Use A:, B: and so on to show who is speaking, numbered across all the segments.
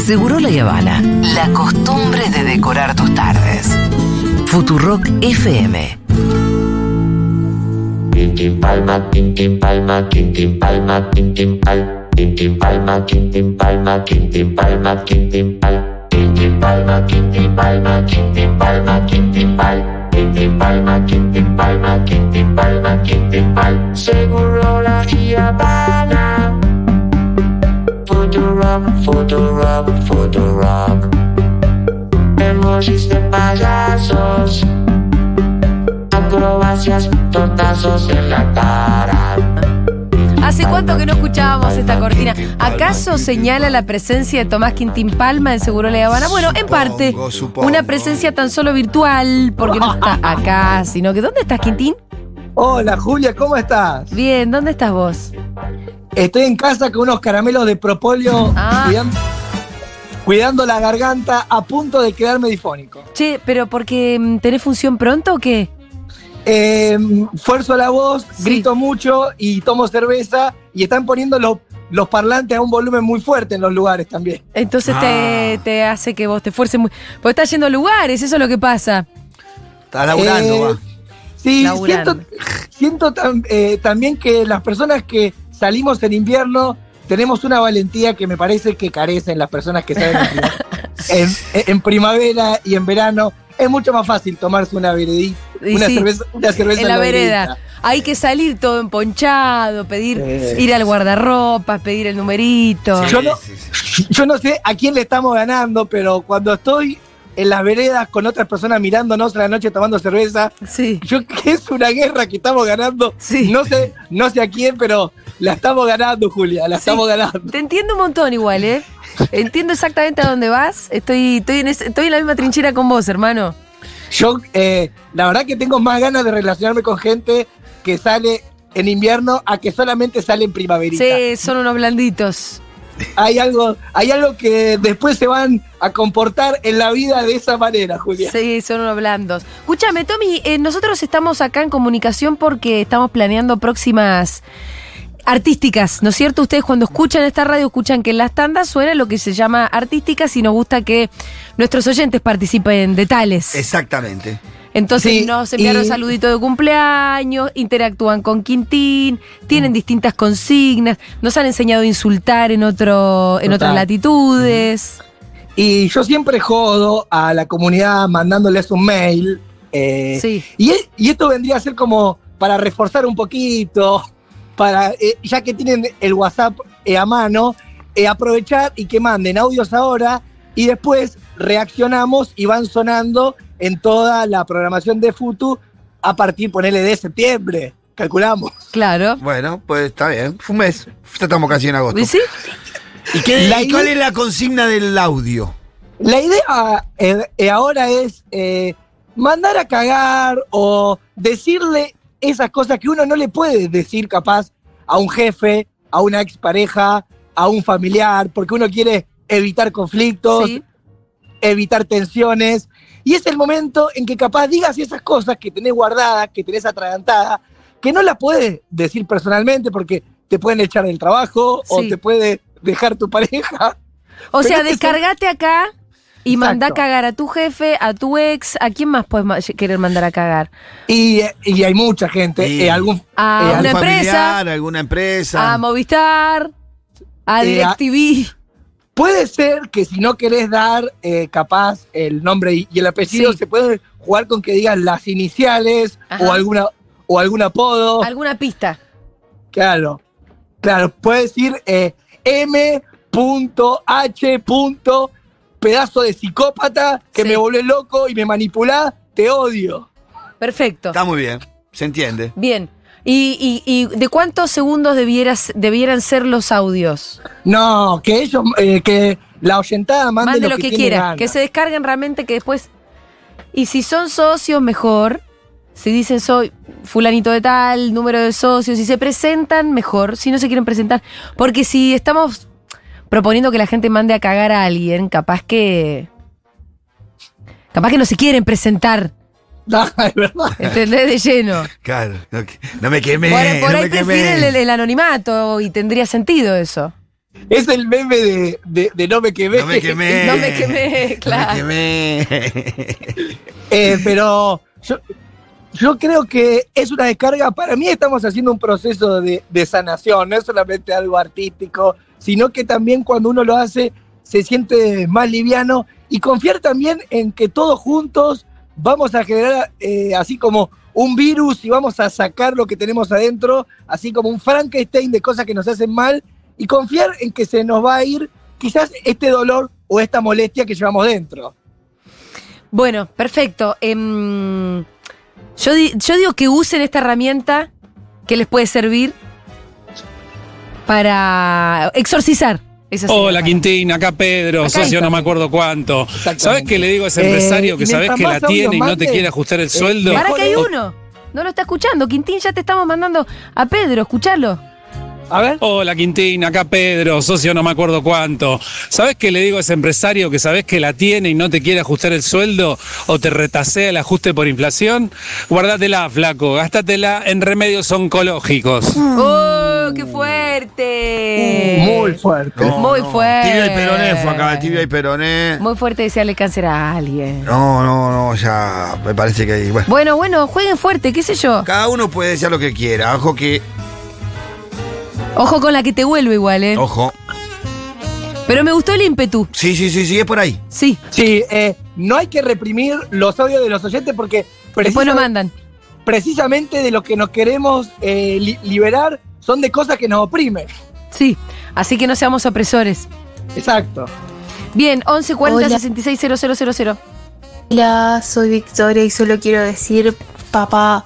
A: Seguro La Habana. La costumbre de decorar tus tardes. Futurock FM.
B: Tintin palma, tintin palma, tintin palma, tintin pal. Tintin palma, tintin palma, tintin palma, tintin pal. Tintin palma, tintin palma, tintin palma, tintin pal. Tintin palma, tintin palma, tintin palma, tintin pal. Seguro la Habana. Futurock, Futurock, Futurock. Emojis de payasos acrobacias, tortazos en la cara.
C: ¿Hace cuánto que no escuchábamos esta cortina? ¿Acaso señala la presencia de Tomás Quintín Palma en Seguro La Habana? Bueno, en parte,
D: Supongo, supongo.
C: una presencia tan solo virtual, porque no está acá, sino que ¿dónde estás, Quintín?
E: Hola Julia, ¿cómo estás?
C: Bien, ¿dónde estás vos?
E: Estoy en casa con unos caramelos de propóleo
C: Ah.
E: cuidan- cuidando la garganta a punto de quedarme difónico.
C: Che, pero porque mm, tenés función pronto o qué?
E: Eh, fuerzo la voz,
C: Sí.
E: grito mucho y tomo cerveza y están poniendo los, los parlantes a un volumen muy fuerte en los lugares también.
C: Entonces
D: Ah.
C: te, te hace que vos te esfuerces muy. Porque estás yendo a lugares, eso es lo que pasa.
D: Está laburando,
E: Eh,
D: va.
E: Sí,
C: Laburando.
E: siento, siento tam- eh, también que las personas que salimos en invierno tenemos una valentía que me parece que carecen las personas que salen en, prim- en- en primavera y en verano. Es mucho más fácil tomarse una veredita,
C: Y
E: una,
C: sí,
E: cerveza, una cerveza
C: en la vereda.
E: vereda.
C: Hay que salir todo emponchado, pedir,
E: Eh.
C: ir al guardarropas, pedir el numerito.
E: Yo no- Yo no sé a quién le estamos ganando, pero cuando estoy en las veredas con otras personas mirándonos a la noche tomando cerveza,
C: Sí.
E: yo que es una guerra que estamos ganando.
C: Sí.
E: No sé, no sé a quién, pero la estamos ganando, Julia, la
C: Sí.
E: estamos ganando.
C: Te entiendo un montón igual, ¿eh? Entiendo exactamente a dónde vas. Estoy, estoy, en, ese- estoy en la misma trinchera con vos, hermano.
E: Yo, eh, la verdad que tengo más ganas de relacionarme con gente que sale en invierno a que solamente sale en primaverita.
C: Sí, son unos blanditos.
E: Hay algo, hay algo que después se van a comportar en la vida de esa manera, Julia.
C: Sí, son unos blandos. Escúchame, Tommy, eh, nosotros estamos acá en comunicación porque estamos planeando próximas artísticas, ¿no es cierto? Ustedes cuando escuchan esta radio escuchan que en las tandas suena lo que se llama artísticas y nos gusta que nuestros oyentes participen de tales.
D: Exactamente.
C: Entonces
E: Sí,
C: nos enviaron
E: y-
C: saluditos de cumpleaños, interactúan con Quintín, tienen
E: Mm.
C: distintas consignas, nos han enseñado a insultar en otro, en
E: Total. Mm.
C: otras latitudes.
E: Y yo siempre jodo a la comunidad mandándoles un mail. eh,
C: Sí.
E: y, e- y esto vendría a ser como para reforzar un poquito, para eh, ya que tienen el WhatsApp eh, a mano, eh, aprovechar y que manden audios ahora y después reaccionamos y van sonando en toda la programación de Futu a partir, ponele, de septiembre. Calculamos.
C: Claro.
D: Bueno, pues está bien. Fue un mes. Ya estamos casi en agosto.
C: ¿Y sí?
D: ¿Y, qué-
E: La
D: y cuál
E: idea-
D: es la consigna del audio?
E: La idea eh, eh, ahora es eh, mandar a cagar o decirle esas cosas que uno no le puede decir capaz a un jefe, a una expareja, a un familiar, porque uno quiere evitar conflictos,
C: Sí.
E: evitar tensiones. Y es el momento en que capaz digas esas cosas que tenés guardadas, que tenés atragantadas, que no las puedes decir personalmente porque te pueden echar del trabajo o
C: Sí.
E: te puede dejar tu pareja.
C: O sea,
E: Pero que son-
C: descargate acá y
E: Exacto.
C: mandá a cagar a tu jefe, a tu ex, ¿a quién más puedes ma- querer mandar a cagar?
E: Y, eh, y hay mucha gente,
D: Sí.
E: eh, algún,
C: A
E: Eh,
C: Ah, una
D: ¿Algún
C: empresa,
D: familiar, ¿Alguna
C: a
D: empresa?
C: Movistar, a
E: Eh, a-
C: DirecTV.
E: Puede ser que si no querés dar eh, capaz el nombre y, y el apellido,
C: Sí.
E: se puede jugar con que digas las iniciales
C: Ajá.
E: o alguna o algún apodo.
C: Alguna pista.
E: Claro. Claro, puede decir eh, M.H. pedazo de psicópata que
C: Sí.
E: me volvé loco y me manipulá, te odio.
C: Perfecto.
D: Está muy bien. Se entiende.
C: Bien. ¿Y, y, y de cuántos segundos debieras, debieran ser los audios?
E: No, que ellos, eh, que la oyentada mande,
C: Mande
E: lo que, tiene
C: quiera.
E: ganas.
C: Que se descarguen realmente que después. Y si son socios, mejor. Si dicen soy fulanito de tal, número de socios, si se presentan, mejor. Si no se quieren presentar. Porque si estamos proponiendo que la gente mande a cagar a alguien, capaz que. Capaz que no se quieren presentar,
E: No, es verdad.
C: ¿entendés? De lleno.
D: Claro. No, que- no me quemé.
C: por por
D: no
C: ahí
D: me quemé.
C: prefieren el, el anonimato y tendría sentido eso.
E: Es el meme de, de- de No me quemé.
D: No me quemé.
C: No me quemé, claro.
D: No me quemé.
E: Eh, pero yo, yo creo que es una descarga. Para mí estamos haciendo un proceso de, de sanación, no es solamente algo artístico, sino que también cuando uno lo hace se siente más liviano y confiar también en que todos juntos vamos a generar eh, así como un virus y vamos a sacar lo que tenemos adentro, así como un Frankenstein de cosas que nos hacen mal y confiar en que se nos va a ir quizás este dolor o esta molestia que llevamos dentro.
C: Bueno, perfecto. Em, yo, di- yo digo que usen esta herramienta que les puede servir para exorcizar. esas
F: Hola
C: ideas.
F: Quintín, acá Pedro,
C: Acá
F: socio
C: está.
F: no me acuerdo cuánto.
E: Exactamente.
F: ¿Sabes qué le digo a ese
E: Eh,
F: empresario que
E: mientras
F: sabes que la
E: más audios
F: tiene y no te
E: mandes,
F: quiere ajustar el
E: eh,
F: sueldo?
E: no.
C: Para que hay
F: O-
C: uno. No lo está escuchando. Quintín, ya te estamos mandando a Pedro, escuchalo.
E: A ver.
F: Hola Quintín, acá Pedro, socio no me acuerdo cuánto. ¿Sabes qué le digo a ese empresario que sabes que la tiene y no te quiere ajustar el sueldo o te retasea el ajuste por inflación? Guardatela, flaco, gástatela en remedios oncológicos.
C: ¡Oh, qué fuerte!
E: Uh, Muy fuerte.
D: No,
C: Muy
D: no.
C: fuerte.
D: Tibia y peroné fue acá, tibia y peroné.
C: Muy fuerte desearle cáncer a alguien.
D: No, no, no, ya me parece que ahí, bueno.
C: Bueno, bueno, jueguen fuerte, qué sé yo.
D: Cada uno puede decir lo que quiera. Ojo que.
C: Ojo con la que te vuelvo igual, ¿eh?
D: Ojo.
C: Pero me gustó el ímpetu.
D: Sí, sí, sí, sí, es por ahí.
C: Sí,
E: Sí, eh, no hay que reprimir los audios de los oyentes porque
C: después lo
E: precisa-
C: mandan.
E: precisamente de lo que nos queremos eh, li- liberar son de cosas que nos oprimen.
C: Sí, así que no seamos opresores.
E: Exacto.
C: Bien, 11 40
G: Hola.
C: 66 000.
G: Hola, soy Victoria y solo quiero decir, papá,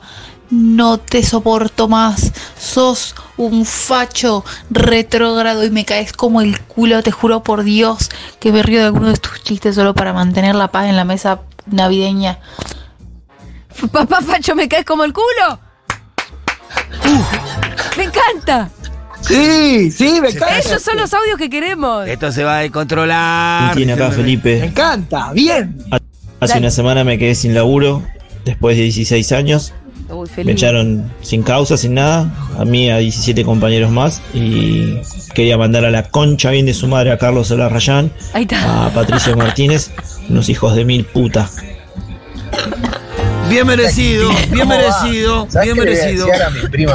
G: no te soporto más. Sos un facho retrógrado y me caes como el culo. Te juro por Dios que me río de alguno de tus chistes solo para mantener la paz en la mesa navideña.
C: F- Papá Facho, me caes como el culo. me encanta.
E: Sí, sí, me encanta.
C: Esos son los audios que queremos.
D: Esto se va a descontrolar.
H: Quintín, acá
E: Me
H: Felipe.
E: encanta, bien.
H: Hace una semana me quedé sin laburo, después de 16 años.
C: Uy,
H: Me
C: feliz.
H: echaron sin causa, sin nada. A mí, a 17 compañeros más. Y quería mandar a la concha bien de su madre a Carlos Solar Rayán,
C: Ahí
D: Ah.
C: está.
H: a Patricio Martínez, unos hijos de mil puta.
D: Bien merecido, bien merecido, bien merecido.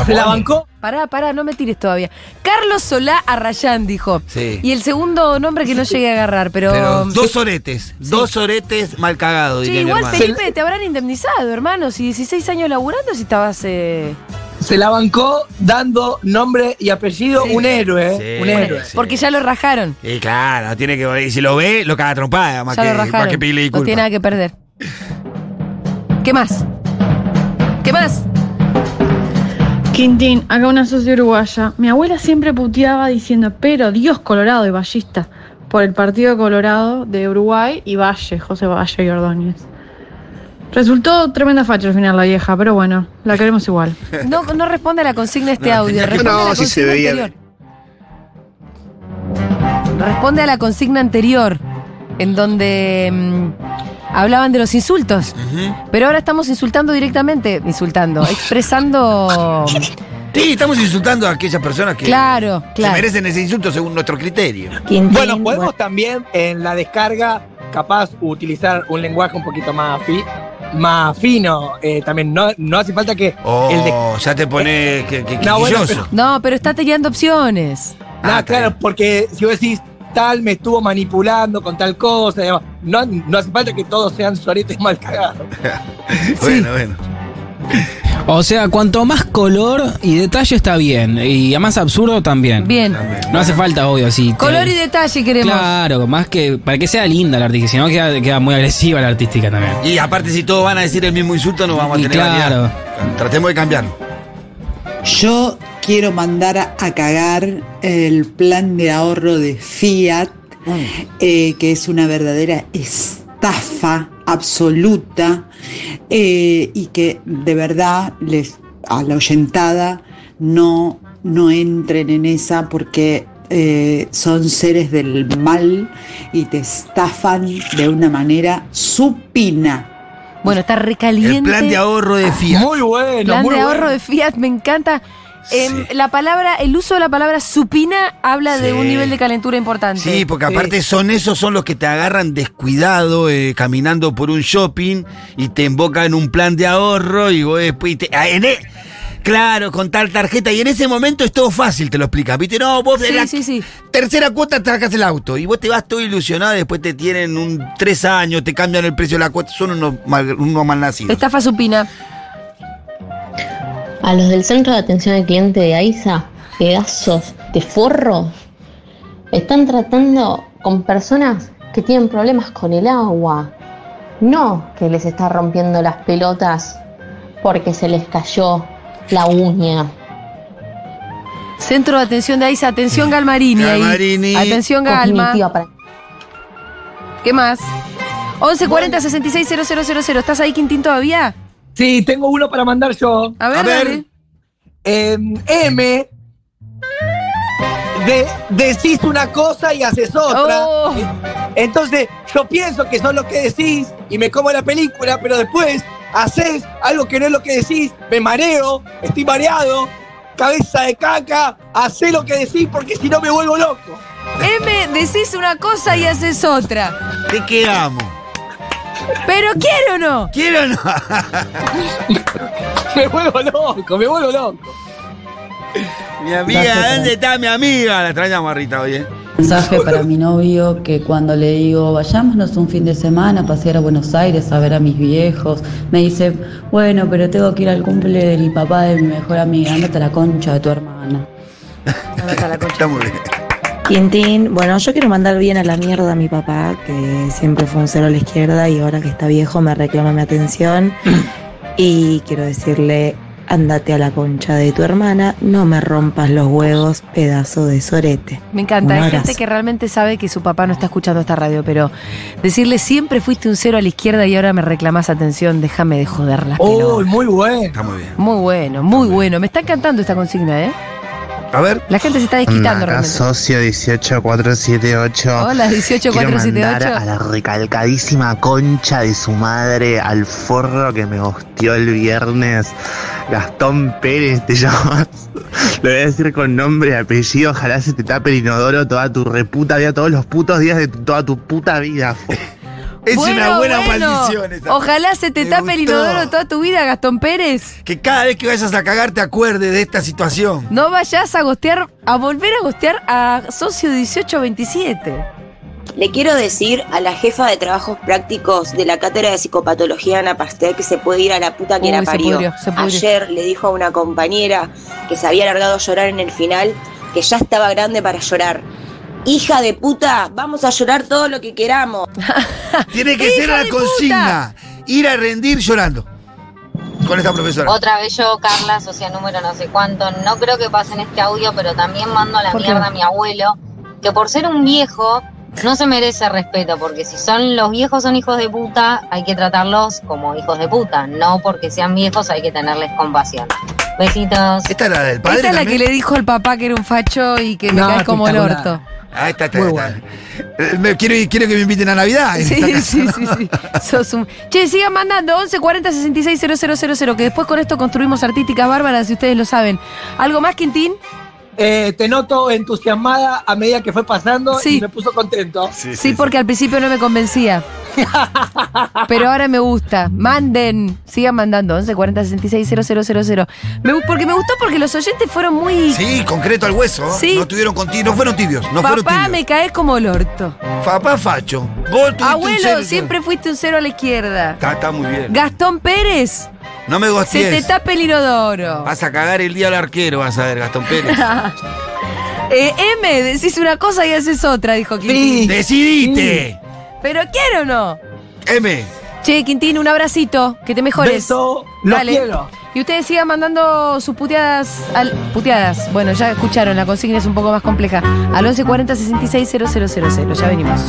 E: ¿Se la bancó?
C: Pará, pará, no me tires todavía. Carlos Solá Arrayán dijo.
D: Sí.
C: Y el segundo nombre que no llegué a agarrar, pero.
D: Pero dos oretes, dos oretes mal cagados,
C: Che,
D: diría mi
C: igual
D: hermano.
C: Felipe, te habrán indemnizado, hermano. Si 16 años laburando, si estabas. eh,
E: Se la bancó dando nombre y apellido un héroe, ¿eh?
D: Sí.
E: un héroe.
D: Sí.
C: Porque ya lo rajaron.
D: Y claro, tiene que. y Si lo ve, lo caga trompada, más
C: ya lo
D: que,
C: rajaron.
D: más que pedirle
C: no tiene
D: disculpas.
C: nada que perder. ¿Qué más? ¿Qué más?
I: Quintín, acá una socia uruguaya. Mi abuela siempre puteaba diciendo, pero Dios Colorado y Ballista, por el Partido Colorado de Uruguay y Valle, José Valle y Ordóñez. Resultó tremenda facha al final la vieja, pero bueno, la queremos igual.
C: No, no responde a la consigna este
D: No,
C: audio.
D: tenía que-
C: Responde a la
J: No, si
C: consigna
J: se veía
C: anterior. Responde a la consigna anterior, en donde mm, hablaban de los insultos.
D: Ujú.
C: Pero ahora estamos insultando directamente. Insultando, expresando.
D: Sí, estamos insultando a aquellas personas que
C: claro,
D: se
C: claro.
D: merecen ese insulto según nuestro criterio.
E: Bueno, podemos también en la descarga, capaz, utilizar un lenguaje un poquito más, fi- más fino. eh, también no, no hace falta que el de-
D: Oh, ya te pones que, que,
E: No, bueno,
D: quisquilloso.
C: No, pero está teniendo opciones.
E: Nada,
D: Ah, está
E: claro,
D: bien.
E: porque si vos decís tal me estuvo manipulando con tal cosa, y demás, no, no hace falta que todos sean soretes mal cagados.
D: Bueno, bueno.
K: O sea, cuanto más color y detalle está bien. Y a más absurdo también.
C: Bien.
K: No hace falta, obvio, sí.
C: Color y detalle queremos.
K: Claro, más que para que sea linda la artística, si no queda, queda muy agresiva la artística también.
D: Y aparte, si todos van a decir el mismo insulto, no vamos a
K: Y
D: tener
K: claro.
D: variedad. Tratemos de cambiarlo.
L: Yo quiero mandar a, a cagar el plan de ahorro de Fiat, eh, que es una verdadera estafa absoluta eh, y que de verdad les, a la oyentada no, no entren en esa porque eh, son seres del mal y te estafan de una manera supina.
C: Bueno, está
D: El
C: recaliente.
D: plan de ahorro de FIA.
E: Muy bueno,
C: Plan
E: muy
C: de
E: bueno.
C: ahorro de Fiat, me encanta. em, la palabra, el uso de la palabra supina habla de
D: Sí.
C: un nivel de calentura importante.
D: Sí, porque aparte son esos, son los que te agarran descuidado eh, caminando por un shopping y te embocan un plan de ahorro y vos después te- ah, en e- claro, con tal tarjeta. Y en ese momento es todo fácil, te lo explica. Viste, no, vos en
C: Sí,
D: la
C: sí, sí.
D: tercera cuota te sacás el auto y vos te vas todo ilusionado, después te tienen un tres años, te cambian el precio de la cuota, son unos mal, unos malnacidos.
C: Estafa supina.
J: A los del centro de atención al cliente de AISA, pedazos de forro, están tratando con personas que tienen problemas con el agua. No que les está rompiendo las pelotas porque se les cayó la uña.
C: Centro de atención de AISA, atención Galmarini. ahí.
J: Galmarini.
C: Atención Galma.
J: Cognitiva para-
C: ¿Qué más? 1140 000. ¿Estás ahí, Quintín, todavía?
E: Sí, tengo uno para mandar yo.
C: A ver, dale.
E: Eh, M. De, decís una cosa y haces otra. Entonces, yo pienso que son lo que decís y me como la película, pero después haces algo que no es lo que decís, me mareo, estoy mareado, cabeza de caca, hacé lo que decís porque si no me vuelvo loco.
C: M, decís una cosa y haces otra.
D: Te quedamos.
C: ¿Pero quiero o no?
D: Quiero o no.
E: me vuelvo loco, me vuelvo loco.
D: Mi amiga, ¿dónde está mi amiga? La extrañamos a Rita hoy, ¿eh?
M: Mensaje para mi novio que cuando le digo vayámonos un fin de semana a pasear a Buenos Aires a ver a mis viejos, me dice, bueno, pero tengo que ir al cumple del papá de mi mejor amiga, andate a la concha de tu hermana.
D: Está muy bien.
N: Quintín, bueno, yo quiero mandar bien a la mierda a mi papá, que siempre fue un cero a la izquierda y ahora que está viejo me reclama mi atención. Y quiero decirle, andate a la concha de tu hermana, no me rompas los huevos, pedazo de sorete.
C: Me encanta,
N: Un
C: hay
N: abrazo.
C: gente que realmente sabe que su papá no está escuchando esta radio, pero decirle siempre fuiste un cero a la izquierda y ahora me reclamás atención, déjame de joder
N: Oh.
C: las
E: Uy,
C: pelotas.
E: muy bueno.
D: Está muy bien.
C: Muy bueno, muy bueno. Me está encantando esta consigna, ¿eh?
D: A ver.
C: La gente se está desquitando
O: Acá
C: realmente.
O: socio 18478.
C: Hola, 18478.
O: Quiero mandar a la recalcadísima concha de su madre al forro que me hostió el viernes. Gastón Pérez te llamas. Lo voy a decir con nombre y apellido. Ojalá se te tape el inodoro toda tu reputa vida, todos los putos días de tu- toda tu puta vida.
D: Es una buena
C: bueno.
D: maldición esa.
C: Ojalá se te
D: Me
C: tape el
D: gustó.
C: inodoro toda tu vida, Gastón Pérez.
D: Que cada vez que vayas a cagar te acuerdes de esta situación.
C: No vayas a gostear, a volver a gostear a socio 1827.
P: Le quiero decir a la jefa de trabajos prácticos de la cátedra de psicopatología Ana Pastel que se puede ir a la puta que
C: Uy,
P: la
C: se
P: parió.
C: pudrió, se pudrió.
P: Ayer le dijo a una compañera que se había largado a llorar en el final que ya estaba grande para llorar. Hija de puta, vamos a llorar todo lo que queramos.
C: Ah,
D: Tiene que ser la consigna. Ir a rendir llorando. Con esta profesora.
Q: Otra vez yo, Carla, socia número no sé cuánto, no creo que pase en este audio, pero también mando a la
C: ¿Por qué?
Q: mierda a mi abuelo, que por ser un viejo no se merece respeto, porque si son los viejos son hijos de puta, hay que tratarlos como hijos de puta, no porque sean viejos hay que tenerles compasión. Besitos.
D: Esta es la del
C: Esta es la que le dijo al papá que era un facho y que me
D: No,
C: cae como el
D: espectacular.
C: orto.
D: Ah, está, está, está. Eh, me- quiero, ir- quiero que me inviten a Navidad. en
C: Sí,
D: esta casa,
C: sí,
D: ¿no?
C: sí, sí. Sos un- Che, sigan mandando 11 40 66 000, que después con esto construimos artísticas bárbaras, si ustedes lo saben. ¿Algo más, Quintín?
E: Eh, te noto entusiasmada a medida que fue pasando
C: Sí.
E: y me puso contento.
C: Sí, porque al principio no me convencía. Pero ahora me gusta. Manden, sigan mandando 11 40 66 000. Me gu- porque me gustó porque los oyentes fueron muy.
D: Sí, concreto al hueso.
C: Sí.
D: No tuvieron conti- no fueron tibios. No fueron
C: Papá,
D: tibios.
C: me caes como el orto.
D: Papá facho. Vos tuviste un
C: Abuelo,
D: cero-
C: siempre fuiste un cero a la izquierda.
D: Está, está muy bien.
C: Gastón Pérez,
D: No me
C: se te
D: gostees.
C: tapa el inodoro.
D: Vas a cagar el día al arquero, vas a ver, Gastón Pérez.
C: Eh, M, decís una cosa y haces otra, dijo Quintín.
D: Decidiste.
C: ¿Pero quiero o no?
D: M.
C: Che, Quintín, un abracito, que te mejores.
E: Beso, los quiero.
C: Y ustedes sigan mandando sus puteadas al. Puteadas. Bueno, ya escucharon, la consigna es un poco más compleja. Al 1140 66 000. Ya venimos.